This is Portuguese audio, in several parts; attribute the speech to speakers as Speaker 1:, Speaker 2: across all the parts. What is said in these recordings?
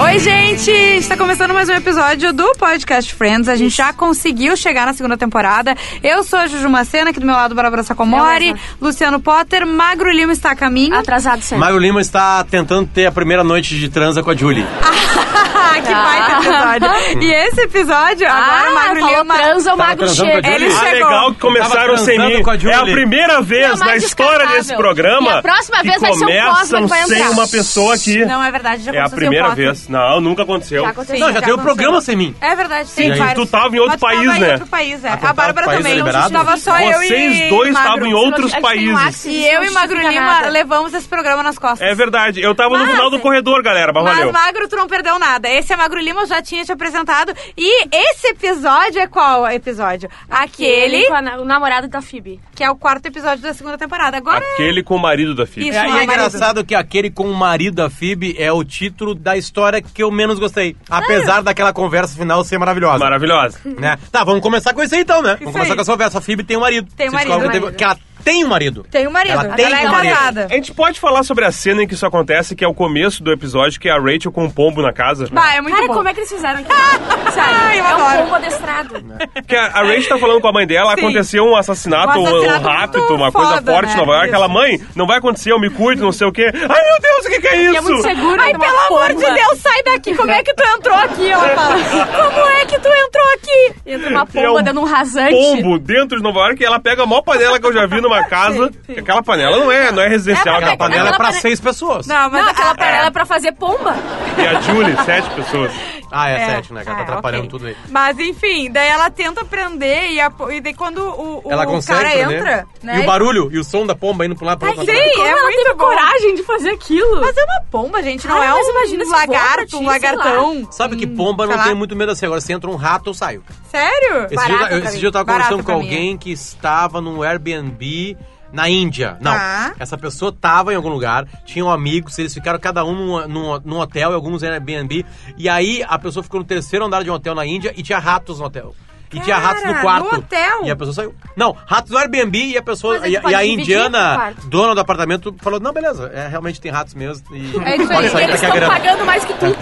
Speaker 1: Oi, gente! Está começando mais um episódio do Podcast Friends. A gente já conseguiu chegar na segunda temporada. Eu sou a Juju Macena, aqui do meu lado, Bárbara Sacomori,
Speaker 2: Eu mesma.
Speaker 1: Luciano Potter, Magro Lima está a caminho.
Speaker 2: Atrasado sempre.
Speaker 3: Magro Lima está tentando ter a primeira noite de transa com a Julie.
Speaker 1: Ah, que baita episódio! e esse episódio,
Speaker 3: Ah,
Speaker 1: agora o Magro
Speaker 2: Ah, falou
Speaker 1: Lima...
Speaker 2: transa, o magro
Speaker 3: transando com a
Speaker 2: chega.
Speaker 3: Julie?
Speaker 1: Ele
Speaker 4: Ah,
Speaker 1: chegou.
Speaker 4: legal que
Speaker 3: Tava
Speaker 4: começaram sem
Speaker 3: transando
Speaker 4: mim.
Speaker 3: com a Julie.
Speaker 4: É a primeira vez
Speaker 2: Não,
Speaker 4: na
Speaker 2: mais
Speaker 4: história
Speaker 2: descartável.
Speaker 4: desse programa
Speaker 2: E a próxima
Speaker 4: que
Speaker 2: vez vai ser o Cosma que
Speaker 4: começam
Speaker 2: vai
Speaker 4: sem
Speaker 2: entrar.
Speaker 4: uma pessoa aqui.
Speaker 1: Não, é verdade, já
Speaker 4: é a
Speaker 1: aconteceu
Speaker 4: primeira
Speaker 1: sem o Potter.
Speaker 4: vez. Não, nunca aconteceu.
Speaker 2: Já aconteceu.
Speaker 3: Não, já teve o
Speaker 1: aconteceu.
Speaker 3: programa sem mim.
Speaker 1: É verdade, tem
Speaker 3: Sim,
Speaker 1: vários.
Speaker 4: tu tava em outro
Speaker 1: Mas tu
Speaker 4: país,
Speaker 1: tava
Speaker 4: né?
Speaker 1: Em outro país, é.
Speaker 3: tu
Speaker 1: a
Speaker 3: tava
Speaker 1: Bárbara
Speaker 3: em país
Speaker 1: também.
Speaker 3: liberado?
Speaker 1: Tava só eu e
Speaker 4: Vocês dois
Speaker 1: Magro.
Speaker 4: estavam em outros
Speaker 2: A gente tem um
Speaker 4: países.
Speaker 2: axis.
Speaker 1: E eu e Magro
Speaker 2: Não
Speaker 1: Lima
Speaker 2: justifica nada.
Speaker 1: levamos esse programa nas costas.
Speaker 4: É verdade. Eu tava
Speaker 1: Mas-
Speaker 4: no final do corredor, galera, mas,
Speaker 1: Mas
Speaker 4: valeu.
Speaker 1: Magro, tu não perdeu nada. Esse é Magro Lima, eu já tinha te apresentado. E esse episódio é qual episódio? Aquele
Speaker 2: com a na- o namorado da Phoebe.
Speaker 1: que é o quarto episódio da segunda temporada. Agora é-
Speaker 4: Aquele com o marido da filha.
Speaker 1: Isso.
Speaker 3: É, e
Speaker 1: marido.
Speaker 3: é engraçado que aquele com o marido da Phoebe é o título da história que eu menos gostei. Apesar
Speaker 1: É.
Speaker 3: daquela conversa final ser maravilhosa.
Speaker 4: Maravilhosa.
Speaker 3: né? Tá, vamos começar com isso aí então, né? vamos começar
Speaker 1: aí.
Speaker 3: com essa conversa. A Phoebe tem um marido.
Speaker 1: Tem um
Speaker 3: Você
Speaker 1: marido.
Speaker 3: descobre que
Speaker 1: Tem um
Speaker 3: teve-
Speaker 1: marido.
Speaker 3: Que ela
Speaker 1: tem
Speaker 3: tem um marido.
Speaker 1: o marido.
Speaker 3: Ela tem
Speaker 1: é
Speaker 3: um marido.
Speaker 1: casada.
Speaker 4: A gente pode falar sobre a cena em que isso acontece, que é o começo do episódio, que é a Rachel com o pombo na casa.
Speaker 1: Bah, é muito
Speaker 2: Cara,
Speaker 1: bom.
Speaker 2: como é que eles fizeram aquilo? Sabe?
Speaker 1: Ai, eu
Speaker 2: é
Speaker 1: adoro.
Speaker 2: um pombo adestrado.
Speaker 4: Porque a a Rachel tá falando com a mãe dela,
Speaker 1: Sim.
Speaker 4: aconteceu um assassinato,
Speaker 1: Um
Speaker 4: um,
Speaker 1: assassinato
Speaker 4: um rapto,
Speaker 1: muito
Speaker 4: uma
Speaker 1: foda,
Speaker 4: coisa forte
Speaker 1: né?
Speaker 4: em Nova York.
Speaker 1: Isso.
Speaker 4: Ela, mãe, não vai acontecer, eu me cuido, não sei o quê. Ai, meu Deus, o que, que é isso?
Speaker 2: E é muito seguro.
Speaker 1: Ai,
Speaker 2: né,
Speaker 1: pelo
Speaker 2: uma
Speaker 1: amor
Speaker 2: pomba.
Speaker 1: de Deus, sai daqui. Como é que tu entrou aqui? Ela fala. Como é que tu entrou aqui?
Speaker 2: Entra uma
Speaker 4: E é
Speaker 2: pomba
Speaker 4: um
Speaker 2: dando um rasante.
Speaker 4: pombo dentro de Nova York e ela pega a maior panela que eu já vi numa casa. Aquela panela não é, não é residencial,
Speaker 2: É
Speaker 4: aquela
Speaker 3: Aquela panela é
Speaker 2: Aquela
Speaker 3: pra
Speaker 2: pane-
Speaker 3: seis pessoas.
Speaker 1: Não, mas aquela
Speaker 2: Não, aquela panela é pra fazer pomba.
Speaker 4: E a Julie, sete pessoas.
Speaker 3: Ah, é,
Speaker 1: É.
Speaker 3: sete, né? Que ela
Speaker 1: Ah,
Speaker 3: tá atrapalhando
Speaker 1: ok.
Speaker 3: tudo aí.
Speaker 1: Mas enfim, daí ela tenta aprender e, a, po- e daí quando o, o
Speaker 3: Ela consegue,
Speaker 1: cara
Speaker 3: né?
Speaker 1: entra, né?
Speaker 3: E o barulho, e o som da pomba indo pro lado pro
Speaker 1: Ai,
Speaker 3: outro.
Speaker 1: sim,
Speaker 3: pra trás.
Speaker 2: Como
Speaker 1: é
Speaker 2: ela
Speaker 1: muito
Speaker 2: teve
Speaker 1: bom.
Speaker 2: coragem de fazer aquilo?
Speaker 1: Mas é uma pomba, gente, não
Speaker 2: Cara,
Speaker 1: é
Speaker 2: mas
Speaker 1: um
Speaker 2: imagina se voa pra
Speaker 1: lagarto,
Speaker 2: ti,
Speaker 1: um
Speaker 2: sei
Speaker 1: lagartão.
Speaker 3: Sabe que
Speaker 1: Hum,
Speaker 3: pomba
Speaker 1: sei
Speaker 3: não
Speaker 1: lá.
Speaker 3: tem muito medo assim. Agora, se entra um rato, eu saio.
Speaker 1: Sério?
Speaker 3: Esse, dia, eu-
Speaker 2: Barata pra
Speaker 3: esse
Speaker 2: mim.
Speaker 3: dia eu tava
Speaker 1: Barata
Speaker 3: conversando com
Speaker 1: pra mim,
Speaker 3: alguém que estava num Airbnb na Índia. Não.
Speaker 1: Tá.
Speaker 3: Essa pessoa estava em algum lugar, tinham amigos, eles ficaram cada um num, num- num hotel e alguns em Airbnb. E aí a pessoa ficou no terceiro andar de um hotel na Índia e tinha ratos no hotel. E tinha
Speaker 1: Cara,
Speaker 3: ratos no quarto.
Speaker 1: no hotel?
Speaker 3: E a pessoa saiu. Não, ratos no Airbnb e a
Speaker 2: Mas
Speaker 3: pessoa.
Speaker 2: aí
Speaker 3: E,
Speaker 2: tu
Speaker 3: a-
Speaker 2: pode
Speaker 3: e a
Speaker 2: dividir o
Speaker 3: indiana,
Speaker 2: quarto.
Speaker 3: dona do apartamento, falou: não, beleza, é, realmente tem ratos mesmo. E
Speaker 1: É isso aí,
Speaker 3: pode sair
Speaker 2: Eles
Speaker 3: daqui a
Speaker 2: estão
Speaker 3: grana.
Speaker 2: pagando mais que tu.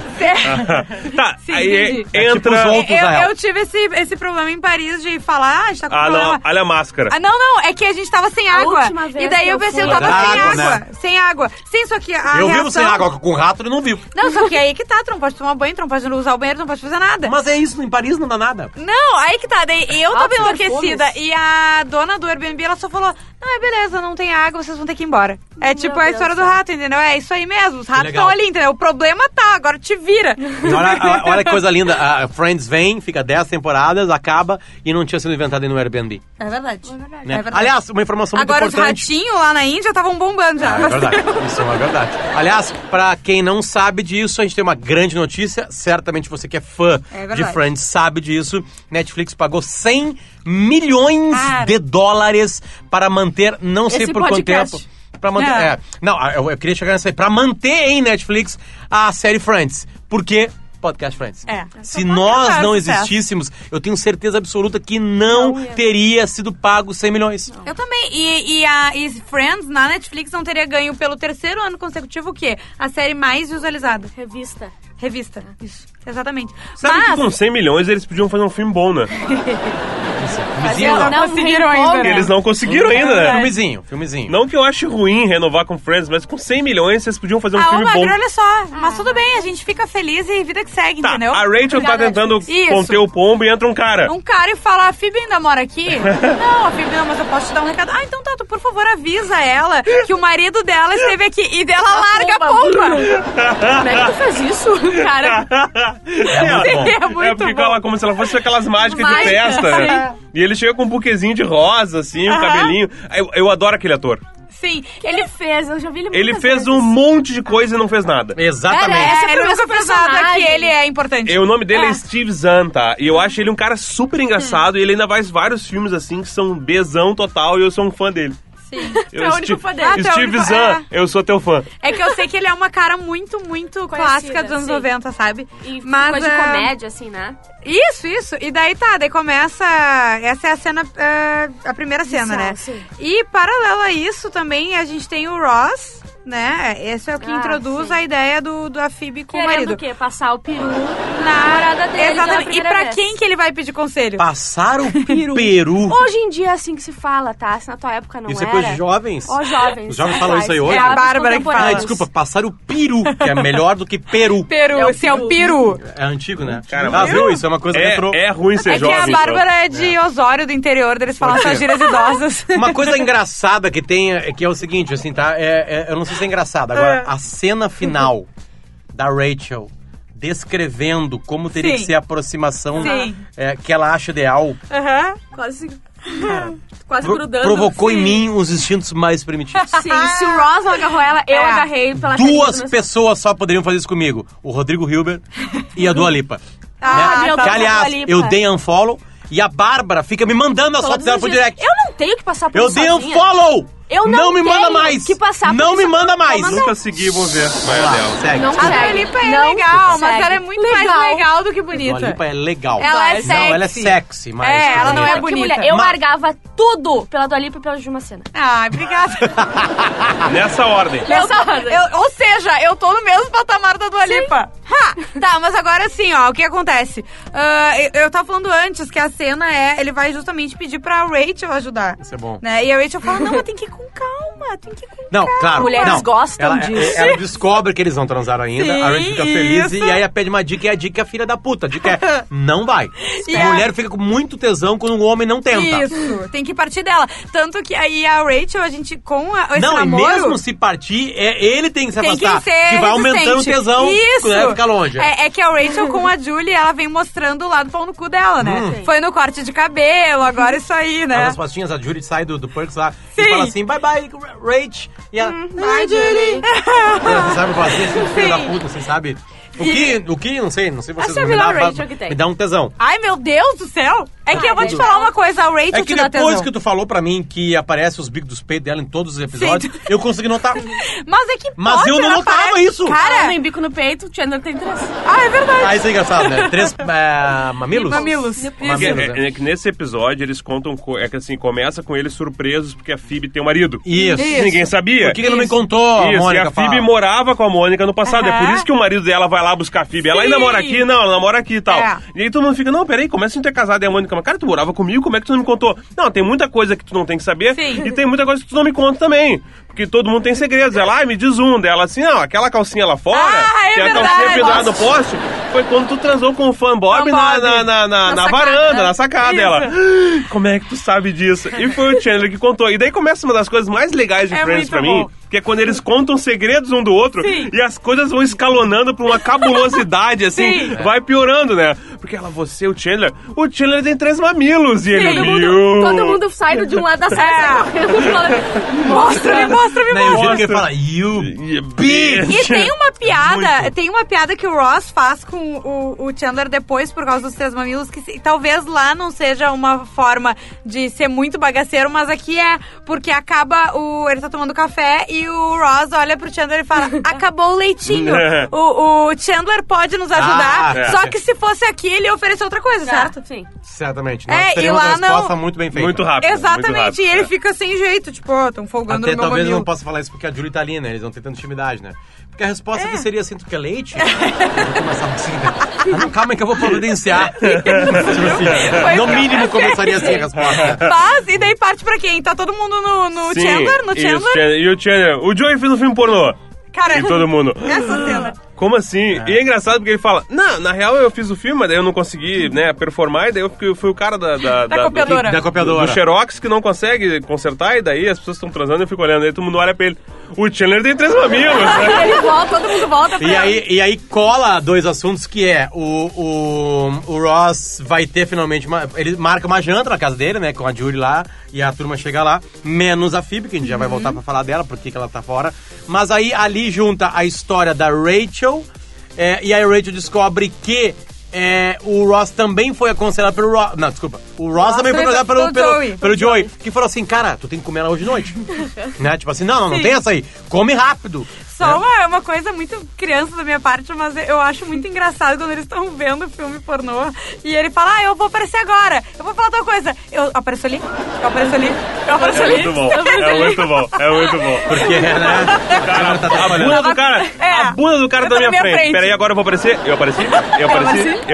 Speaker 4: Tá,
Speaker 1: Sim,
Speaker 4: aí
Speaker 1: entendi.
Speaker 3: É tipo os
Speaker 4: entra.
Speaker 3: outros, na real.
Speaker 1: Eu, eu tive esse, esse problema em Paris de falar, ah, a gente tá com
Speaker 4: ah,
Speaker 1: problema.
Speaker 4: não, olha a máscara.
Speaker 1: Ah, não, não, é que a gente tava sem
Speaker 2: A
Speaker 1: água.
Speaker 2: última vez
Speaker 1: E daí eu
Speaker 2: que eu
Speaker 1: pensei, eu
Speaker 2: fui.
Speaker 1: tava sem
Speaker 3: Água,
Speaker 1: água,
Speaker 3: né?
Speaker 1: sem água. Sim, só que a
Speaker 3: Eu
Speaker 1: reação...
Speaker 3: vivo sem água com rato, ele não vivo.
Speaker 1: Não, só que aí que tá, tu não pode tomar banho, tu não pode usar o banheiro, tu não pode fazer nada.
Speaker 3: Mas é isso, em Paris não dá nada.
Speaker 1: Não, aí que tá. Daí eu tava
Speaker 2: Altos
Speaker 1: enlouquecida.
Speaker 2: perfumes.
Speaker 1: E a dona do Airbnb, ela só falou: Não, é beleza, não tem água, vocês vão ter que ir embora. É tipo a
Speaker 2: Deus
Speaker 1: história do
Speaker 2: do céu.
Speaker 1: rato, entendeu? É isso aí mesmo. Os ratos
Speaker 3: legal.
Speaker 1: estão ali, entendeu? O problema tá, agora te vira.
Speaker 3: E Olha, olha que coisa linda. A Friends vem, fica 10 temporadas, acaba e não tinha sido inventada no Airbnb.
Speaker 1: É verdade.
Speaker 3: né?
Speaker 1: É verdade.
Speaker 3: Aliás, uma informação muito
Speaker 1: agora os
Speaker 3: importante.
Speaker 1: ratinhos lá na Índia estavam bombando já.
Speaker 3: Ah, é verdade, isso é uma verdade. Aliás, pra quem não sabe disso, a gente tem uma grande notícia. Certamente você que é fã
Speaker 1: É verdade.
Speaker 3: de Friends sabe disso. Netflix pagou 100 milhões
Speaker 1: Cara.
Speaker 3: de dólares para manter, não sei
Speaker 2: Esse
Speaker 3: por quanto
Speaker 2: podcast.
Speaker 3: tempo. Pra manter,
Speaker 1: É.
Speaker 3: é. Não, ah, eu, eu queria chegar nessa aí. Pra manter em Netflix a série Friends. Porque. Podcast Friends.
Speaker 1: É.
Speaker 3: Se
Speaker 1: Essa
Speaker 3: nós
Speaker 1: podcast
Speaker 3: não
Speaker 1: é sucesso.
Speaker 3: existíssemos, eu tenho certeza absoluta que não,
Speaker 2: Não ia.
Speaker 3: teria sido pago 100 milhões.
Speaker 1: Eu também. E, e a e Friends na Netflix não teria ganho pelo terceiro ano consecutivo o quê? A série mais visualizada.
Speaker 2: Revista.
Speaker 1: Revista.
Speaker 2: Ah.
Speaker 1: Isso. Exatamente.
Speaker 4: Sabe
Speaker 1: Mas.
Speaker 4: que com 100 milhões eles podiam fazer um filme bom, né?
Speaker 1: Não,
Speaker 2: é,
Speaker 3: Filmezinho, não.
Speaker 1: não conseguiram
Speaker 2: Rei
Speaker 1: ainda,
Speaker 2: Paul,
Speaker 1: né?
Speaker 4: Eles não conseguiram
Speaker 3: É
Speaker 4: ainda, né?
Speaker 3: Filmezinho, filmezinho.
Speaker 4: Não que eu ache ruim renovar com Friends, mas com 100 milhões vocês podiam fazer um
Speaker 1: Ah, ô,
Speaker 4: filme
Speaker 1: Magro,
Speaker 4: bom.
Speaker 1: olha só. Mas tudo bem, a gente fica feliz e vida que segue,
Speaker 4: Tá,
Speaker 1: entendeu?
Speaker 4: a Rachel tá
Speaker 2: Obrigada,
Speaker 4: tentando
Speaker 1: Netflix.
Speaker 4: conter
Speaker 1: Isso.
Speaker 4: o pombo e entra um cara.
Speaker 1: Um cara e fala, a Phoebe ainda mora aqui? não, a Phoebe não, mas eu posso te dar um recado. Ah, então tá, tu, por favor avisa ela que o marido dela esteve aqui e dela larga a pomba.
Speaker 2: Como é que tu fez isso? Cara,
Speaker 4: É,
Speaker 1: muito
Speaker 4: é,
Speaker 1: bom.
Speaker 4: é porque ela como se ela fosse aquelas mágicas de
Speaker 1: Mágica,
Speaker 4: festa, né? E ele chega com um buquezinho de rosa, assim, um
Speaker 1: Aham.
Speaker 4: cabelinho. Eu, eu adoro aquele ator.
Speaker 1: Sim,
Speaker 2: ele
Speaker 1: ele...
Speaker 2: fez, eu já vi ele
Speaker 4: Ele
Speaker 2: muitas
Speaker 4: fez
Speaker 2: vezes.
Speaker 4: um monte de coisa e não fez nada.
Speaker 3: Exatamente.
Speaker 2: Era
Speaker 1: É,
Speaker 2: essa
Speaker 1: ele
Speaker 2: foi o
Speaker 1: nunca
Speaker 2: meu
Speaker 1: fez nada que
Speaker 2: personagem.
Speaker 1: ele é importante.
Speaker 4: E o nome dele é.
Speaker 1: É.
Speaker 4: Steve Zahn, tá? E eu acho ele um cara super engraçado e ele ainda faz vários filmes assim que são besão total e eu sou um fã dele.
Speaker 1: Sim.
Speaker 4: Eu,
Speaker 2: é o único
Speaker 4: Steve-
Speaker 2: fã dele. Ah,
Speaker 1: tu é o
Speaker 4: Steve
Speaker 1: único-
Speaker 4: Zahn, eu sou teu fã.
Speaker 1: É que eu sei que ele é uma cara muito, muito clássica dos anos
Speaker 2: sim.
Speaker 1: 90, sabe?
Speaker 2: E
Speaker 1: Mas,
Speaker 2: coisa
Speaker 1: é,
Speaker 2: de comédia, assim, né?
Speaker 1: Isso, isso. E daí tá, daí começa. Essa é a cena, ah, a primeira cena,
Speaker 2: Inicial,
Speaker 1: né?
Speaker 2: sim.
Speaker 1: E paralelo a isso também a gente tem o Ross, né? Esse é o que
Speaker 2: Ah,
Speaker 1: introduz
Speaker 2: sim.
Speaker 1: a ideia do, do a Phoebe com o
Speaker 2: Querendo
Speaker 1: marido.
Speaker 2: o quê? Passar o peru na
Speaker 1: Na...
Speaker 2: namorada dele pela
Speaker 1: Exatamente. E
Speaker 2: primeira
Speaker 1: pra
Speaker 2: vez.
Speaker 1: quem que ele vai pedir conselho?
Speaker 3: Ah, Passar o peru.
Speaker 2: Hoje em dia é assim que se fala, tá? Se na tua época não
Speaker 3: Isso é
Speaker 2: era...
Speaker 3: coisa de jovens.
Speaker 2: Ó, jovens. né?
Speaker 3: Os jovens falam isso aí hoje?
Speaker 1: É a Bárbara que fala.
Speaker 3: Ah, desculpa, passar o peru, que é melhor do que peru.
Speaker 1: Peru,
Speaker 2: É o
Speaker 1: esse é o
Speaker 2: peru.
Speaker 1: peru.
Speaker 3: É antigo, né?
Speaker 4: Cara,
Speaker 3: ah,
Speaker 4: mas-
Speaker 3: viu? Isso é uma coisa
Speaker 4: É,
Speaker 3: retrô.
Speaker 4: é ruim ser
Speaker 1: É que
Speaker 4: jovem.
Speaker 1: a
Speaker 4: então.
Speaker 1: Bárbara é de Osório, do interior, deles falam
Speaker 3: Pode
Speaker 1: essas
Speaker 3: ser.
Speaker 1: gírias idosas.
Speaker 3: Uma coisa engraçada que tem, é que é o seguinte, assim, tá? É, é- eu não sei se é engraçado. Agora, a cena final da Rachel descrevendo como teria
Speaker 1: Sim.
Speaker 3: que ser a aproximação
Speaker 1: Sim.
Speaker 3: é, que ela acha ideal,
Speaker 1: Aham.
Speaker 2: Quase... Quase
Speaker 3: pro-
Speaker 2: Tá grudando.
Speaker 3: provocou
Speaker 2: Sim.
Speaker 3: em mim os instintos mais primitivos.
Speaker 2: Sim, se o Ross não agarrou ela, eu
Speaker 1: É.
Speaker 2: agarrei pela
Speaker 3: Duas
Speaker 2: carinha do meu-
Speaker 3: pessoas só poderiam fazer isso comigo. O Rodrigo Hilbert e a Dua Lipa.
Speaker 1: Ah,
Speaker 2: meu
Speaker 1: tá
Speaker 2: Deus.
Speaker 3: Que,
Speaker 1: bom.
Speaker 3: aliás,
Speaker 2: Dua Lipa.
Speaker 3: eu dei unfollow e a Bárbara fica me mandando as
Speaker 2: Todos
Speaker 3: fotos dela
Speaker 2: os
Speaker 3: pro
Speaker 2: dias.
Speaker 3: direct.
Speaker 2: Eu não tenho que passar por
Speaker 3: Eu
Speaker 2: isso
Speaker 3: dei um
Speaker 2: sozinha.
Speaker 3: unfollow!
Speaker 2: Eu não
Speaker 3: me manda
Speaker 2: tenho
Speaker 3: mais!
Speaker 2: que passar por
Speaker 3: não me
Speaker 2: isso.
Speaker 3: manda mais!
Speaker 2: Vou
Speaker 4: Nunca segui, vou ver.
Speaker 1: um
Speaker 4: Vai, Adel.
Speaker 3: Segue.
Speaker 2: Não
Speaker 1: A
Speaker 2: segue.
Speaker 1: Dua Lipa é
Speaker 2: Não
Speaker 1: legal, mas
Speaker 2: segue.
Speaker 1: ela é muito
Speaker 2: Legal.
Speaker 1: mais legal do que bonita.
Speaker 3: Dua Lipa é legal.
Speaker 1: Ela é
Speaker 3: Não, ela é
Speaker 1: sexy.
Speaker 3: sexy, mas...
Speaker 1: É, ela não é
Speaker 2: Que
Speaker 3: bonita.
Speaker 1: bonita.
Speaker 2: mulher, eu
Speaker 3: Ma-
Speaker 2: largava tudo pela Dua Lipa e pela Juma Cena.
Speaker 1: Ah, obrigada. Ah.
Speaker 4: Nessa ordem.
Speaker 1: Eu
Speaker 2: Nessa
Speaker 1: tô-
Speaker 2: ordem.
Speaker 1: eu- ou seja, eu tô no mesmo patamar da Dua Lipa. Ha! Tá, mas agora sim, ó, o que acontece? Ah, eu, eu tava falando antes que a cena é, ele vai justamente pedir pra Rachel ajudar.
Speaker 3: Isso é bom.
Speaker 1: Né? E a Rachel fala, não, tem que ir com calma, tem que ir com
Speaker 3: Não, claro.
Speaker 2: Mulheres
Speaker 3: não.
Speaker 2: gostam
Speaker 3: ela, é,
Speaker 2: disso.
Speaker 3: Ela descobre que eles não transaram ainda, a Rachel fica
Speaker 1: Sim,
Speaker 3: feliz
Speaker 1: isso.
Speaker 3: e aí ela pede uma dica e a dica é filha da puta. A dica é, não vai.
Speaker 1: E
Speaker 3: a
Speaker 1: a-
Speaker 3: mulher fica com muito tesão quando um homem não tenta.
Speaker 1: Isso, tem que partir dela. Tanto que aí a Rachel, a gente, com a, esse
Speaker 3: Não,
Speaker 1: namoro...
Speaker 3: e mesmo se partir, é, ele tem que se
Speaker 1: Tem que
Speaker 3: afastar.
Speaker 1: ser
Speaker 3: vai aumentando o
Speaker 1: resistente.
Speaker 3: tesão,
Speaker 1: Isso.
Speaker 3: né, fica longe.
Speaker 1: É, é que a Rachel com a Julie, ela vem mostrando o lado pau no cu dela, né?
Speaker 3: Hum.
Speaker 2: Sim.
Speaker 1: Foi no corte de cabelo, agora isso aí,
Speaker 3: Ela
Speaker 1: né?
Speaker 3: nas pastinhas, a Judy sai do, do Perks lá e
Speaker 1: Sim.
Speaker 3: fala assim, bye bye, Rach. E ela,
Speaker 1: Ai, Julie!
Speaker 3: Você sabe falar assim, assim, filho
Speaker 1: Sim.
Speaker 3: da puta, você sabe? O que, o que, não sei, não sei vocês,
Speaker 2: Essa é a
Speaker 3: mas me dá,
Speaker 2: melhor
Speaker 3: uma-
Speaker 2: Rachel que tem.
Speaker 3: me dá um tesão.
Speaker 1: Ai, meu Deus do céu! É que eu vou te falar uma coisa, a Rachel
Speaker 3: É que
Speaker 1: te dá
Speaker 3: depois
Speaker 1: tesão.
Speaker 3: que tu falou pra mim que aparece os bicos dos peitos dela em todos os episódios, eu consegui notar.
Speaker 1: Mas é que
Speaker 3: Mas
Speaker 1: pode,
Speaker 3: eu não
Speaker 1: ela
Speaker 3: notava
Speaker 1: parece-
Speaker 3: isso.
Speaker 2: Falando
Speaker 1: Cara,
Speaker 2: em bico no peito, o Chandler tem três.
Speaker 1: ah, é verdade.
Speaker 3: Ah, isso é engraçado, né? Três é, mamilos?
Speaker 1: Mamilos.
Speaker 4: Porque
Speaker 3: Mamilos,
Speaker 4: é,
Speaker 3: é.
Speaker 4: é que nesse episódio eles contam. co- É que assim, começa com eles surpresos porque a Phoebe tem um marido.
Speaker 3: Isso.
Speaker 4: Isso Ninguém sabia.
Speaker 3: Por que, que ele não me contou,
Speaker 4: Isso,
Speaker 3: Mônica?
Speaker 4: e a Phoebe
Speaker 3: fala?
Speaker 4: morava com a Mônica no passado. É por
Speaker 1: Aham.
Speaker 4: isso que o marido dela vai lá buscar a Phoebe. Ela ainda
Speaker 1: Sim.
Speaker 4: mora aqui? Não, ela namora aqui e tal.
Speaker 1: É.
Speaker 4: E aí todo mundo fica, não, peraí, como é que tu é casada? E a Mônica, mas cara, tu morava comigo, como é que tu não me contou? Não, tem muita coisa que tu não tem que saber
Speaker 1: Sim.
Speaker 4: e tem muita coisa que tu não me conta também. Porque todo mundo tem segredos. Ela, ai, me diz um dela, assim, não, aquela calcinha lá fora,
Speaker 1: Ah, é
Speaker 4: que a
Speaker 1: verdade,
Speaker 4: calcinha pendurada no
Speaker 1: nossa.
Speaker 4: poste, foi quando tu transou com o fanbob
Speaker 1: Fanbob.
Speaker 4: na, na, na, na-
Speaker 2: Na
Speaker 4: na
Speaker 2: sacada.
Speaker 4: varanda, na sacada.
Speaker 1: Isso.
Speaker 4: Ela, "Ah, como é que tu sabe disso? E foi o Chandler que contou. E daí começa uma das coisas mais legais de
Speaker 1: É
Speaker 4: Friends
Speaker 1: muito
Speaker 4: pra mim,
Speaker 1: bom.
Speaker 4: que é quando eles contam segredos um do outro
Speaker 1: Sim.
Speaker 4: e as coisas vão escalonando pra uma cabulosidade, assim,
Speaker 1: Sim.
Speaker 4: vai piorando, né? Porque ela, você, o Chandler, o Chandler tem três mamilos e ele é
Speaker 2: Todo
Speaker 4: "Meu".
Speaker 2: mundo, todo mundo sai de um lado da sala e sai correndo pro outro.
Speaker 1: Mostra, me mostra, me
Speaker 3: Né, e o
Speaker 1: mostra.
Speaker 3: jeito que ele fala, you bitch!
Speaker 1: E tem um uma piada,
Speaker 4: Muito.
Speaker 1: tem uma piada que o Ross faz com o, o Chandler depois por causa dos três mamilos, que se- talvez lá não seja uma forma de ser muito bagaceiro, mas aqui é, porque acaba o. Ele tá tomando café e o Ross olha pro Chandler e fala: acabou o leitinho.
Speaker 4: É.
Speaker 1: o, o Chandler pode nos ajudar,
Speaker 3: Ah, é.
Speaker 1: só que se fosse aqui, ele ia oferecer outra
Speaker 3: Ah.
Speaker 1: coisa, certo?
Speaker 2: Certo, sim.
Speaker 3: Certamente,
Speaker 1: É,
Speaker 3: nós
Speaker 1: e
Speaker 3: teremos
Speaker 1: lá
Speaker 3: uma resposta
Speaker 1: não-
Speaker 3: muito bem feita.
Speaker 4: Ah, Muito rápido.
Speaker 1: Exatamente,
Speaker 4: muito rápido,
Speaker 1: e ele
Speaker 4: é.
Speaker 1: fica sem jeito, tipo, ó, tão folgando
Speaker 3: Até
Speaker 1: no meu
Speaker 3: talvez eu
Speaker 1: mamilo.
Speaker 3: não possa falar isso porque a Julie tá ali, né? Eles não têm tanta intimidade, né? Porque a resposta
Speaker 1: É.
Speaker 3: aqui seria assim, tu quer leite? Eu vou começar assim, né? Ah, não, calma aí que eu vou providenciar. Tipo assim, no mínimo começaria assim a resposta.
Speaker 1: Mas, e daí parte pra quem? Tá todo mundo no, no
Speaker 4: Sim,
Speaker 1: Chandler? No
Speaker 4: isso,
Speaker 1: Chandler?
Speaker 4: E o Chandler, o Joey fez um filme pornô.
Speaker 1: Cara,
Speaker 4: E todo mundo.
Speaker 3: Ah.
Speaker 1: essa cena.
Speaker 4: Como assim? E é engraçado porque ele fala: Não, na real eu fiz o filme, mas daí eu não consegui, né, performar, e daí eu fui, fui o cara da. Da,
Speaker 1: Da
Speaker 4: do-
Speaker 1: copiadora.
Speaker 3: Da
Speaker 4: Do,
Speaker 3: copiadora.
Speaker 4: do Xerox que não consegue consertar, e daí as pessoas estão transando e eu fico olhando, aí todo mundo olha pra ele. O Chandler tem três mamilos, né?
Speaker 2: Ele volta, todo mundo volta pra
Speaker 3: E aí, e aí cola dois assuntos que é o, o, o Ross vai ter finalmente uma. Ele marca uma janta na casa dele, né? Com a Julie lá, e a turma chega lá, menos a Phoebe, que a gente já vai voltar pra falar dela, porque que ela tá fora. Mas aí ali junta a história da Rachel, é, e aí a Rachel descobre que. é, o Ross também foi aconselhado pelo Ross. Não, desculpa. O Ross também foi
Speaker 1: também
Speaker 3: aconselhado
Speaker 1: foi
Speaker 3: pelo,
Speaker 1: pelo
Speaker 3: pelo,
Speaker 1: Joey.
Speaker 3: pelo Joey, que falou assim: cara, tu tem que comer ela hoje de noite. né? Tipo assim, não, não, não
Speaker 1: Sim.
Speaker 3: tem essa aí. Come rápido.
Speaker 1: Só uma, é uma coisa muito criança da minha parte, mas eu acho muito engraçado quando eles estão vendo filme pornô e ele fala, ah, eu vou aparecer agora, eu vou falar tal coisa. Eu apareço ali, eu apareço ali, eu apareço
Speaker 4: É
Speaker 1: ali.
Speaker 4: muito bom, é muito bom, é muito bom.
Speaker 3: Porque, né?
Speaker 4: Cara, tá a bunda do cara,
Speaker 1: É.
Speaker 4: a bunda do cara
Speaker 1: Eu
Speaker 4: tá
Speaker 1: tô
Speaker 4: na minha, frente.
Speaker 1: frente.
Speaker 4: Peraí, agora eu vou aparecer. Eu apareci, eu apareci, eu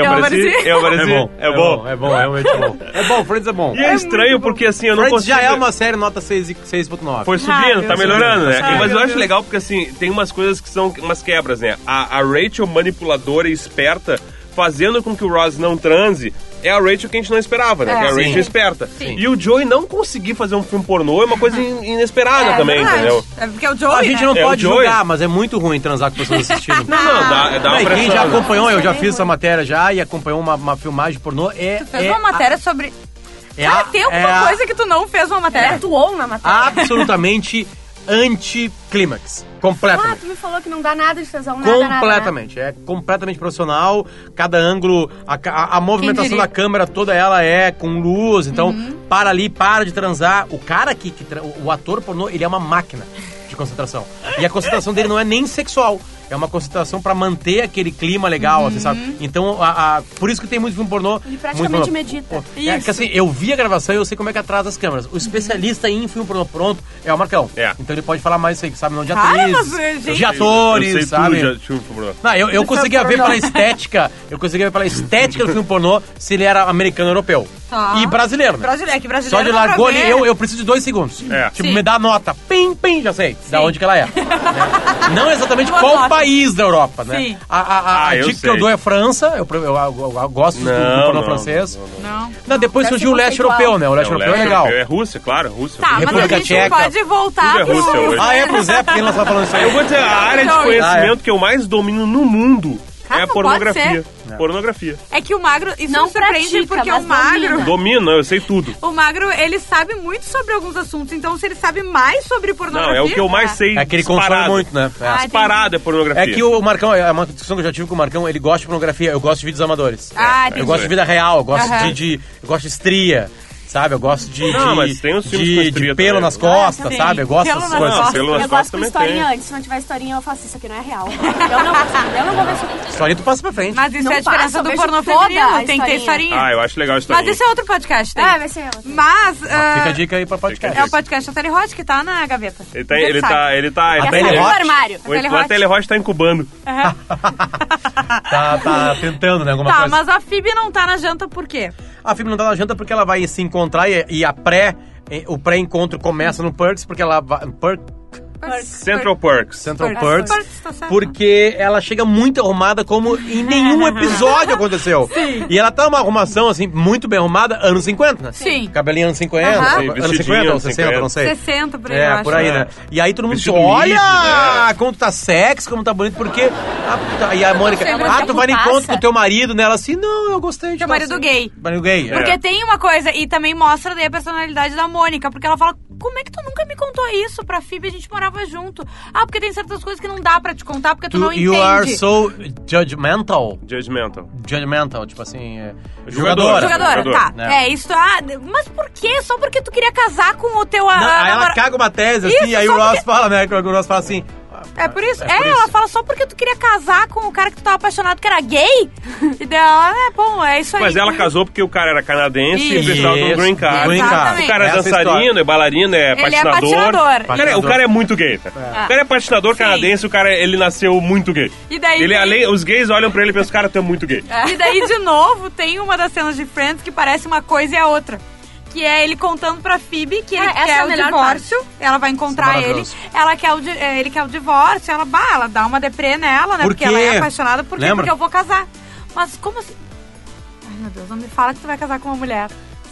Speaker 4: apareci, eu apareci.
Speaker 3: É bom, é bom, é realmente bom. É bom, Friends é bom.
Speaker 4: E é, estranho porque assim, eu não
Speaker 3: Friends
Speaker 4: consigo...
Speaker 3: já é uma série nota 6 e- 6.9.
Speaker 4: Foi subindo,
Speaker 1: Ah,
Speaker 4: tá
Speaker 1: Deus
Speaker 4: melhorando, né?
Speaker 1: Deus. Ah,
Speaker 4: Mas eu
Speaker 1: meu
Speaker 4: acho
Speaker 1: Deus.
Speaker 4: legal porque, assim, tem umas coisas que são umas quebras, né? A, a Rachel manipuladora e esperta fazendo com que o Ross não transe é a Rachel que a gente não esperava, né?
Speaker 1: É.
Speaker 4: que é a
Speaker 1: Sim.
Speaker 4: Rachel esperta.
Speaker 1: Sim.
Speaker 4: E o Joey não conseguir fazer um filme pornô é uma coisa in- inesperada
Speaker 1: É,
Speaker 4: também,
Speaker 1: verdade.
Speaker 4: entendeu?
Speaker 1: É porque é o Joey,
Speaker 3: A gente
Speaker 1: né?
Speaker 3: não
Speaker 4: É, o
Speaker 3: pode
Speaker 4: Joey.
Speaker 3: julgar, mas é muito ruim transar com pessoas assistindo.
Speaker 1: Ah.
Speaker 4: Não, não, dá, dá
Speaker 3: Não,
Speaker 4: uma
Speaker 3: e quem
Speaker 4: pressão.
Speaker 3: já
Speaker 4: né?
Speaker 3: acompanhou, eu já
Speaker 1: Isso é
Speaker 3: fiz essa
Speaker 1: ruim.
Speaker 3: matéria já e acompanhou uma, uma filmagem pornô. É,
Speaker 1: Tu fez
Speaker 3: é
Speaker 1: uma matéria sobre...
Speaker 3: a- é
Speaker 1: Cara,
Speaker 3: a-
Speaker 1: tem alguma
Speaker 3: é a- É.
Speaker 1: coisa que tu não fez uma
Speaker 2: Ela
Speaker 1: matéria?
Speaker 2: atuou na matéria.
Speaker 3: absolutamente anticlímax.
Speaker 2: Ah,
Speaker 3: Completamente.
Speaker 2: tu me falou que não dá nada de tesão, nada, nada, nada.
Speaker 3: Completamente, é completamente profissional. Cada ângulo, a, ca- a- a movimentação
Speaker 1: diria?
Speaker 3: da câmera toda ela é com luz, então
Speaker 2: Uhum.
Speaker 3: para ali, para de transar. O cara que, que tra- o ator pornô, ele é uma máquina de concentração. E a concentração dele não é nem sexual, é uma concentração pra manter aquele clima legal, assim, sabe? Então, a- a- por isso que tem muito filme pornô.
Speaker 2: Uhum. Ele praticamente
Speaker 3: muito
Speaker 2: medita.
Speaker 3: pornô. É, que assim, eu vi a gravação e eu sei como é que atrasa as câmeras. O especialista em filme pornô pronto é o Marcão.
Speaker 4: É.
Speaker 3: Então ele pode falar mais isso aí, sabe? Não de
Speaker 1: Cara,
Speaker 3: atrizes,
Speaker 1: mas, gente,
Speaker 3: de
Speaker 1: eu
Speaker 3: atores,
Speaker 4: eu sei
Speaker 3: sabe?
Speaker 4: Tudo, já, deixa eu procurar.
Speaker 3: Não, eu,
Speaker 1: é
Speaker 3: eu conseguia ver
Speaker 2: pornô.
Speaker 3: pela estética, eu conseguia ver pela estética do filme pornô se ele era americano ou europeu.
Speaker 1: Tá.
Speaker 3: E brasileiro, né?
Speaker 1: Brasileiro, é que brasileiro
Speaker 3: Só de
Speaker 1: dá pra
Speaker 3: largou ali,
Speaker 1: ver.
Speaker 3: eu, eu preciso de dois segundos.
Speaker 4: É.
Speaker 3: Tipo,
Speaker 1: Sim.
Speaker 3: me dá a nota. Pim, pim, já sei. Da onde que ela é. né? Não exatamente
Speaker 1: Boa
Speaker 3: qual
Speaker 1: nota.
Speaker 3: país da Europa, né?
Speaker 1: Sim.
Speaker 3: A, a- a- a
Speaker 4: Ah, eu
Speaker 3: dica que eu
Speaker 4: sei.
Speaker 3: dou é França. Eu, eu- eu- eu gosto do- do
Speaker 4: Não,
Speaker 3: pornô
Speaker 4: não,
Speaker 3: francês. Não,
Speaker 1: Não.
Speaker 3: depois
Speaker 2: Deve
Speaker 3: surgiu
Speaker 2: ser
Speaker 3: o leste
Speaker 2: conceitual.
Speaker 3: europeu, né? O leste
Speaker 4: Não,
Speaker 3: europeu é legal.
Speaker 4: É Rússia, claro, Rússia.
Speaker 1: Tá, mas a
Speaker 3: República
Speaker 1: gente
Speaker 3: Tcheca.
Speaker 1: pode voltar
Speaker 4: Tudo é Rússia hoje.
Speaker 1: pro...
Speaker 3: Ah, é pro Zé, porque nós tava falando isso
Speaker 4: Eu
Speaker 3: aí.
Speaker 4: vou dizer, a área de
Speaker 3: Ah,
Speaker 1: Não,
Speaker 3: é.
Speaker 4: conhecimento que eu mais domino no mundo
Speaker 1: Cara,
Speaker 4: é
Speaker 1: não pode
Speaker 4: pornografia.
Speaker 1: ser.
Speaker 4: Pornografia.
Speaker 1: É que o magro... Isso
Speaker 2: Não
Speaker 1: me surpreende
Speaker 2: pratica,
Speaker 1: porque é
Speaker 2: mas
Speaker 1: o magro...
Speaker 2: domina.
Speaker 4: Domino, eu sei tudo.
Speaker 1: O magro, ele sabe muito sobre alguns assuntos, então se ele sabe mais sobre pornografia...
Speaker 4: Não, é o que eu mais
Speaker 1: tá?
Speaker 4: sei.
Speaker 3: É que ele consome
Speaker 4: disparado.
Speaker 3: muito, né? É.
Speaker 1: Ah,
Speaker 4: Disparado é pornografia.
Speaker 3: É que o Marcão, é uma discussão que eu já tive com o Marcão, ele gosta de pornografia, eu gosto de vídeos amadores.
Speaker 1: Ah,
Speaker 3: eu
Speaker 1: entendi.
Speaker 3: gosto de vida real, eu gosto
Speaker 1: Aham.
Speaker 3: de, de- Eu gosto de estria, sabe? Eu gosto de.
Speaker 4: Não,
Speaker 3: de,
Speaker 4: mas tem uns filmes com
Speaker 3: de,
Speaker 4: estria
Speaker 3: de pelo
Speaker 4: também.
Speaker 3: nas costas,
Speaker 2: Ah, também.
Speaker 3: sabe? Eu gosto
Speaker 1: Pelo
Speaker 3: dessas
Speaker 1: nas
Speaker 3: coisas.
Speaker 4: Não,
Speaker 1: costas.
Speaker 4: pelo nas
Speaker 2: Eu gosto
Speaker 4: costas
Speaker 2: com
Speaker 4: também
Speaker 2: historinha
Speaker 4: tem.
Speaker 2: antes. Se não tiver historinha, eu faço isso aqui, não é real. Eu não vou subir, eu não vou ver isso.
Speaker 3: Só ali tu passa pra frente.
Speaker 1: Mas isso
Speaker 2: Não
Speaker 1: é a diferença
Speaker 2: passa, eu
Speaker 1: do
Speaker 2: vejo
Speaker 1: pornô
Speaker 2: toda a
Speaker 1: feminino, tem que ter
Speaker 2: historinha.
Speaker 1: historinha.
Speaker 4: Ah, eu acho legal a história.
Speaker 1: Mas esse é outro podcast, né?
Speaker 2: Ah, vai ser eu.
Speaker 1: Mas... ah,
Speaker 3: Fica a dica aí pra
Speaker 1: É o
Speaker 3: podcast.
Speaker 1: podcast Atari Hot que tá na gaveta.
Speaker 4: Ele tá, ele tá, ele tá...
Speaker 3: A
Speaker 4: Ele
Speaker 2: Quer
Speaker 4: tá
Speaker 3: Belle
Speaker 2: sair do
Speaker 3: Roth?
Speaker 2: armário.
Speaker 4: o Eduardo Telerroche tá incubando.
Speaker 3: Tá, tá tentando, né? Alguma
Speaker 1: Tá,
Speaker 3: coisa.
Speaker 1: mas a Phoebe não tá na janta por quê?
Speaker 3: A Phoebe não tá na janta porque ela vai se encontrar e, e a pré. eh, O pré-encontro começa no Perks, porque ela vai. Perk,
Speaker 4: Central Perks.
Speaker 3: Central
Speaker 1: Perks.
Speaker 3: Perks.
Speaker 1: Perks, tá certo.
Speaker 3: Porque ela chega muito arrumada, como em nenhum episódio aconteceu. Sim. E ela tá uma arrumação, assim, muito bem arrumada, anos 50, né?
Speaker 1: Sim.
Speaker 3: Cabelinho anos 50,
Speaker 1: Aham.
Speaker 4: Sim,
Speaker 3: anos
Speaker 4: vestidinho,
Speaker 3: 50 ou
Speaker 4: anos
Speaker 3: 60,
Speaker 4: 50.
Speaker 3: não sei.
Speaker 1: 60 por aí, eu
Speaker 3: É,
Speaker 1: acho.
Speaker 3: por aí,
Speaker 4: É.
Speaker 3: né? E aí todo mundo diz,
Speaker 4: Vestido
Speaker 3: olha
Speaker 4: liso, né?
Speaker 3: como tu tá sexy, como tá bonito, porque... a- e a Mônica,
Speaker 2: sei, mas
Speaker 3: ah,
Speaker 2: é
Speaker 3: tu vai no
Speaker 2: putaça."
Speaker 3: encontro com teu marido, né? Ela assim, não, eu gostei de
Speaker 1: Teu
Speaker 3: tá
Speaker 1: marido
Speaker 3: assim.
Speaker 1: gay.
Speaker 3: Marido gay, é.
Speaker 1: Porque tem uma coisa, e também mostra daí a personalidade da Mônica, porque ela fala, como é que tu nunca me contou isso? Pra Phoebe a gente morava junto. Ah, porque tem certas coisas que não dá pra te contar, porque tu,
Speaker 3: Tu,
Speaker 1: não entende.
Speaker 3: you are so judgmental.
Speaker 4: Judgmental.
Speaker 3: Judgmental, tipo assim... é,
Speaker 4: Jogadora.
Speaker 1: Jogadora,
Speaker 4: Jogadora.
Speaker 1: tá. É, isso. Ah, mas por quê? Só porque tu queria casar com o teu ah,
Speaker 3: Não, aí ela
Speaker 1: namora-
Speaker 3: caga uma tese, assim,
Speaker 1: Isso,
Speaker 3: aí o
Speaker 1: só
Speaker 3: Ross fala, né? O Ross fala assim...
Speaker 1: É por isso? É,
Speaker 3: por
Speaker 1: ela fala só porque tu queria casar com o cara que tu tava apaixonado, que era gay. e daí ela, é bom, é isso aí.
Speaker 4: Mas ela casou porque o cara era canadense e
Speaker 1: Isso.
Speaker 4: precisava de um green card.
Speaker 1: Green card.
Speaker 4: O cara é
Speaker 3: Essa
Speaker 4: dançarino,
Speaker 3: história.
Speaker 4: é bailarino, é
Speaker 1: Ele é
Speaker 4: patinador.
Speaker 1: patinador.
Speaker 4: O cara é- o cara é muito gay. tá? O cara é patinador
Speaker 1: Sim.
Speaker 4: canadense, o cara ele nasceu muito gay.
Speaker 1: E daí
Speaker 4: Ele,
Speaker 1: vem-
Speaker 4: além, os gays olham pra ele e pensam, cara, tu é muito gay.
Speaker 1: E daí, de novo, tem uma das cenas de Friends que parece uma coisa e a outra. Que é ele contando pra Phoebe que ele
Speaker 2: Ah, essa é
Speaker 1: quer
Speaker 2: a
Speaker 1: o
Speaker 2: melhor
Speaker 1: divórcio. Ela vai encontrar ele.
Speaker 3: é Maravilhoso.
Speaker 1: Ela quer o, di- eh, ele quer o divórcio. Ela, bah, ela dá uma deprê nela, né?
Speaker 3: Por
Speaker 1: porque
Speaker 3: quê?
Speaker 1: ela é apaixonada. Por quê?
Speaker 3: Lembra?
Speaker 1: Porque eu vou casar. Mas como assim? Ai, meu Deus, não me fala que tu vai casar com uma mulher.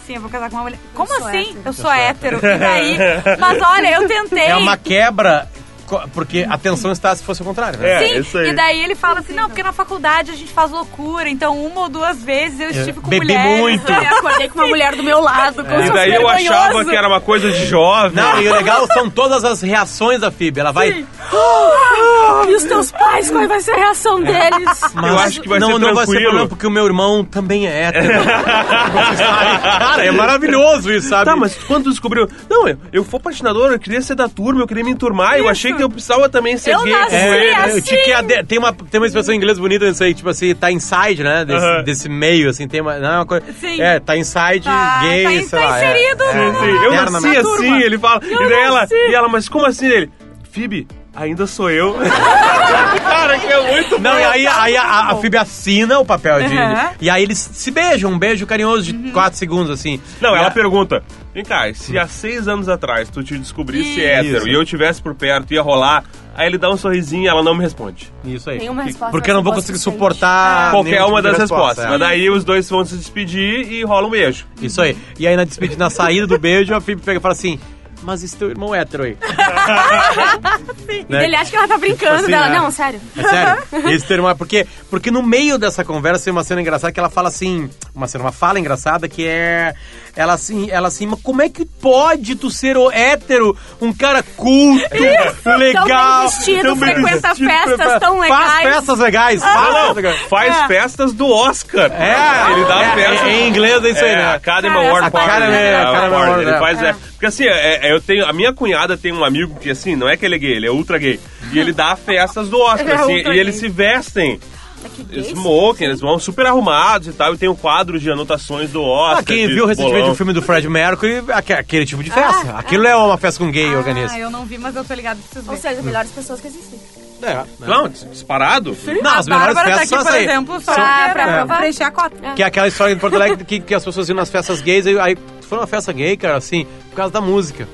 Speaker 1: Sim, eu vou casar com uma mulher. Como
Speaker 2: sou
Speaker 1: assim?
Speaker 2: hétero.
Speaker 1: Eu sou hétero. E daí? Mas olha, eu tentei.
Speaker 3: É uma quebra, co- porque a tensão está se fosse o contrário, né?
Speaker 4: É.
Speaker 1: Sim,
Speaker 4: isso aí.
Speaker 1: e daí ele fala assim, não, porque na faculdade a gente faz loucura, então uma ou duas vezes eu estive com
Speaker 3: É, bebi
Speaker 1: mulheres.
Speaker 3: muito.
Speaker 1: né?
Speaker 2: Eu acordei com uma mulher do meu lado, como se
Speaker 4: É. E
Speaker 2: fosse
Speaker 4: daí eu
Speaker 2: vergonhoso.
Speaker 4: achava que era uma coisa de jovem.
Speaker 3: Não, e o legal são todas as reações da Phoebe. Ela vai...
Speaker 2: E os teus pais mas qual vai ser a reação deles?
Speaker 4: Eu acho que vai
Speaker 3: não,
Speaker 4: ser
Speaker 3: não vai ser
Speaker 4: tranquilo.
Speaker 3: problema porque o meu irmão também é hétero. Vocês sabem. Cara, é maravilhoso isso, sabe?
Speaker 4: Tá, mas quando tu descobriu. Não, eu, eu fui patinador, eu queria ser da turma, eu queria me enturmar, eu achei que eu precisava também ser
Speaker 2: Eu
Speaker 4: gay.
Speaker 2: nasci
Speaker 4: como
Speaker 3: É,
Speaker 4: ele.
Speaker 3: eu
Speaker 2: assim.
Speaker 3: te- que é de- tem, uma, tem uma expressão em inglês bonita nisso aí, tipo assim, tá inside, né? Desse,
Speaker 4: Aham.
Speaker 3: desse meio, assim, tem uma. Não, é uma coisa.
Speaker 1: Sim.
Speaker 3: É, tá inside,
Speaker 1: Tá-
Speaker 3: gay,
Speaker 1: tá-
Speaker 3: sei
Speaker 1: tá
Speaker 3: lá, é.
Speaker 1: inserido
Speaker 3: É,
Speaker 1: no-
Speaker 4: Sim, eu
Speaker 3: Internamente.
Speaker 4: nasci assim, ele fala. e daí ela,
Speaker 2: nasci.
Speaker 4: e ela, mas como assim ele? Phoebe, ainda sou eu. Cara, que é muito
Speaker 3: Não,
Speaker 4: bom.
Speaker 3: e aí, aí a, a, a Phoebe assina o papel de.
Speaker 1: Aham.
Speaker 3: E aí eles se beijam, um beijo carinhoso
Speaker 2: Uhum.
Speaker 3: de 4 segundos, assim.
Speaker 4: Não,
Speaker 3: E
Speaker 4: ela
Speaker 3: a-
Speaker 4: pergunta. Vem cá, se há seis anos atrás tu te descobrisse
Speaker 1: Isso.
Speaker 4: hétero e eu estivesse por perto, ia rolar, aí ele dá um sorrisinho e ela não me responde.
Speaker 3: Isso aí.
Speaker 2: Nenhuma resposta
Speaker 3: Porque eu não vou
Speaker 2: você
Speaker 3: conseguir
Speaker 2: sente.
Speaker 3: suportar.
Speaker 4: Ah, Qualquer
Speaker 3: nenhum tipo
Speaker 4: uma
Speaker 3: de
Speaker 4: das
Speaker 3: resposta,
Speaker 4: respostas.
Speaker 3: é.
Speaker 4: Mas daí os dois vão se despedir e rola um beijo.
Speaker 3: Isso aí. E aí na despedida, na saída do beijo, a Phoebe pega e fala assim: Mas esse teu irmão é hétero aí. Né?
Speaker 2: Ele acha que ela tá brincando
Speaker 3: Assim,
Speaker 2: dela.
Speaker 3: né?
Speaker 2: Não, sério.
Speaker 3: É sério? Esse termo é porque, porque no meio dessa conversa tem uma cena engraçada que ela fala assim, uma cena, uma fala engraçada que é ela assim, ela assim, mas como é que pode tu ser o hétero, um cara culto, legal,
Speaker 2: vestido,
Speaker 3: tão bem
Speaker 2: frequenta
Speaker 3: vestido,
Speaker 2: festas
Speaker 3: frequenta-
Speaker 2: tão
Speaker 3: faz
Speaker 2: legais."
Speaker 3: festas legais,
Speaker 2: Ah,
Speaker 4: Não,
Speaker 3: faz
Speaker 4: não,
Speaker 2: é.
Speaker 3: festas legais.
Speaker 4: faz festas do Oscar.
Speaker 3: É,
Speaker 4: ele dá
Speaker 3: é,
Speaker 4: festa.
Speaker 3: é, em inglês é isso aí,
Speaker 4: É,
Speaker 3: né?
Speaker 4: Academy
Speaker 2: Ah,
Speaker 4: Award
Speaker 2: essa
Speaker 4: Party.
Speaker 3: Academy,
Speaker 4: né?
Speaker 3: é, Academy
Speaker 4: Award,
Speaker 3: Award,
Speaker 4: Ele
Speaker 3: é.
Speaker 4: faz, é. Porque assim, é, é, eu tenho, a minha cunhada tem um amigo que assim, não é que ele é gay, ele é ultra gay. E ele dá festas do Oscar,
Speaker 2: Ele é
Speaker 4: assim,
Speaker 2: ultra
Speaker 4: e
Speaker 2: gay.
Speaker 4: eles se vestem.
Speaker 2: É Que gay.
Speaker 4: Smoking, eles vão super arrumados e tal. E tem um quadro de anotações do Oscar.
Speaker 3: Ah, quem
Speaker 4: de
Speaker 3: viu recentemente
Speaker 4: bolão.
Speaker 3: o filme do Fred Mercury, aque- aquele tipo de festa. Aquilo é uma festa com gay organiza.
Speaker 1: Ah, eu não vi, mas eu tô ligado. Preciso
Speaker 2: Ou
Speaker 1: ver.
Speaker 2: seja, melhores pessoas que existem.
Speaker 3: É, né?
Speaker 4: Não, dis- disparado?
Speaker 3: Não,
Speaker 1: a
Speaker 3: as
Speaker 1: Bárbara
Speaker 3: melhores
Speaker 1: tá
Speaker 3: festas
Speaker 1: aqui,
Speaker 3: são assim.
Speaker 1: por
Speaker 3: essas aí.
Speaker 1: exemplo, só
Speaker 2: São-
Speaker 1: pra, pra,
Speaker 2: É.
Speaker 1: pra preencher a cota.
Speaker 3: Que é aquela história em Porto Alegre que, que as pessoas iam nas festas gays, aí, aí tu foi numa festa gay, cara, assim, por causa da música.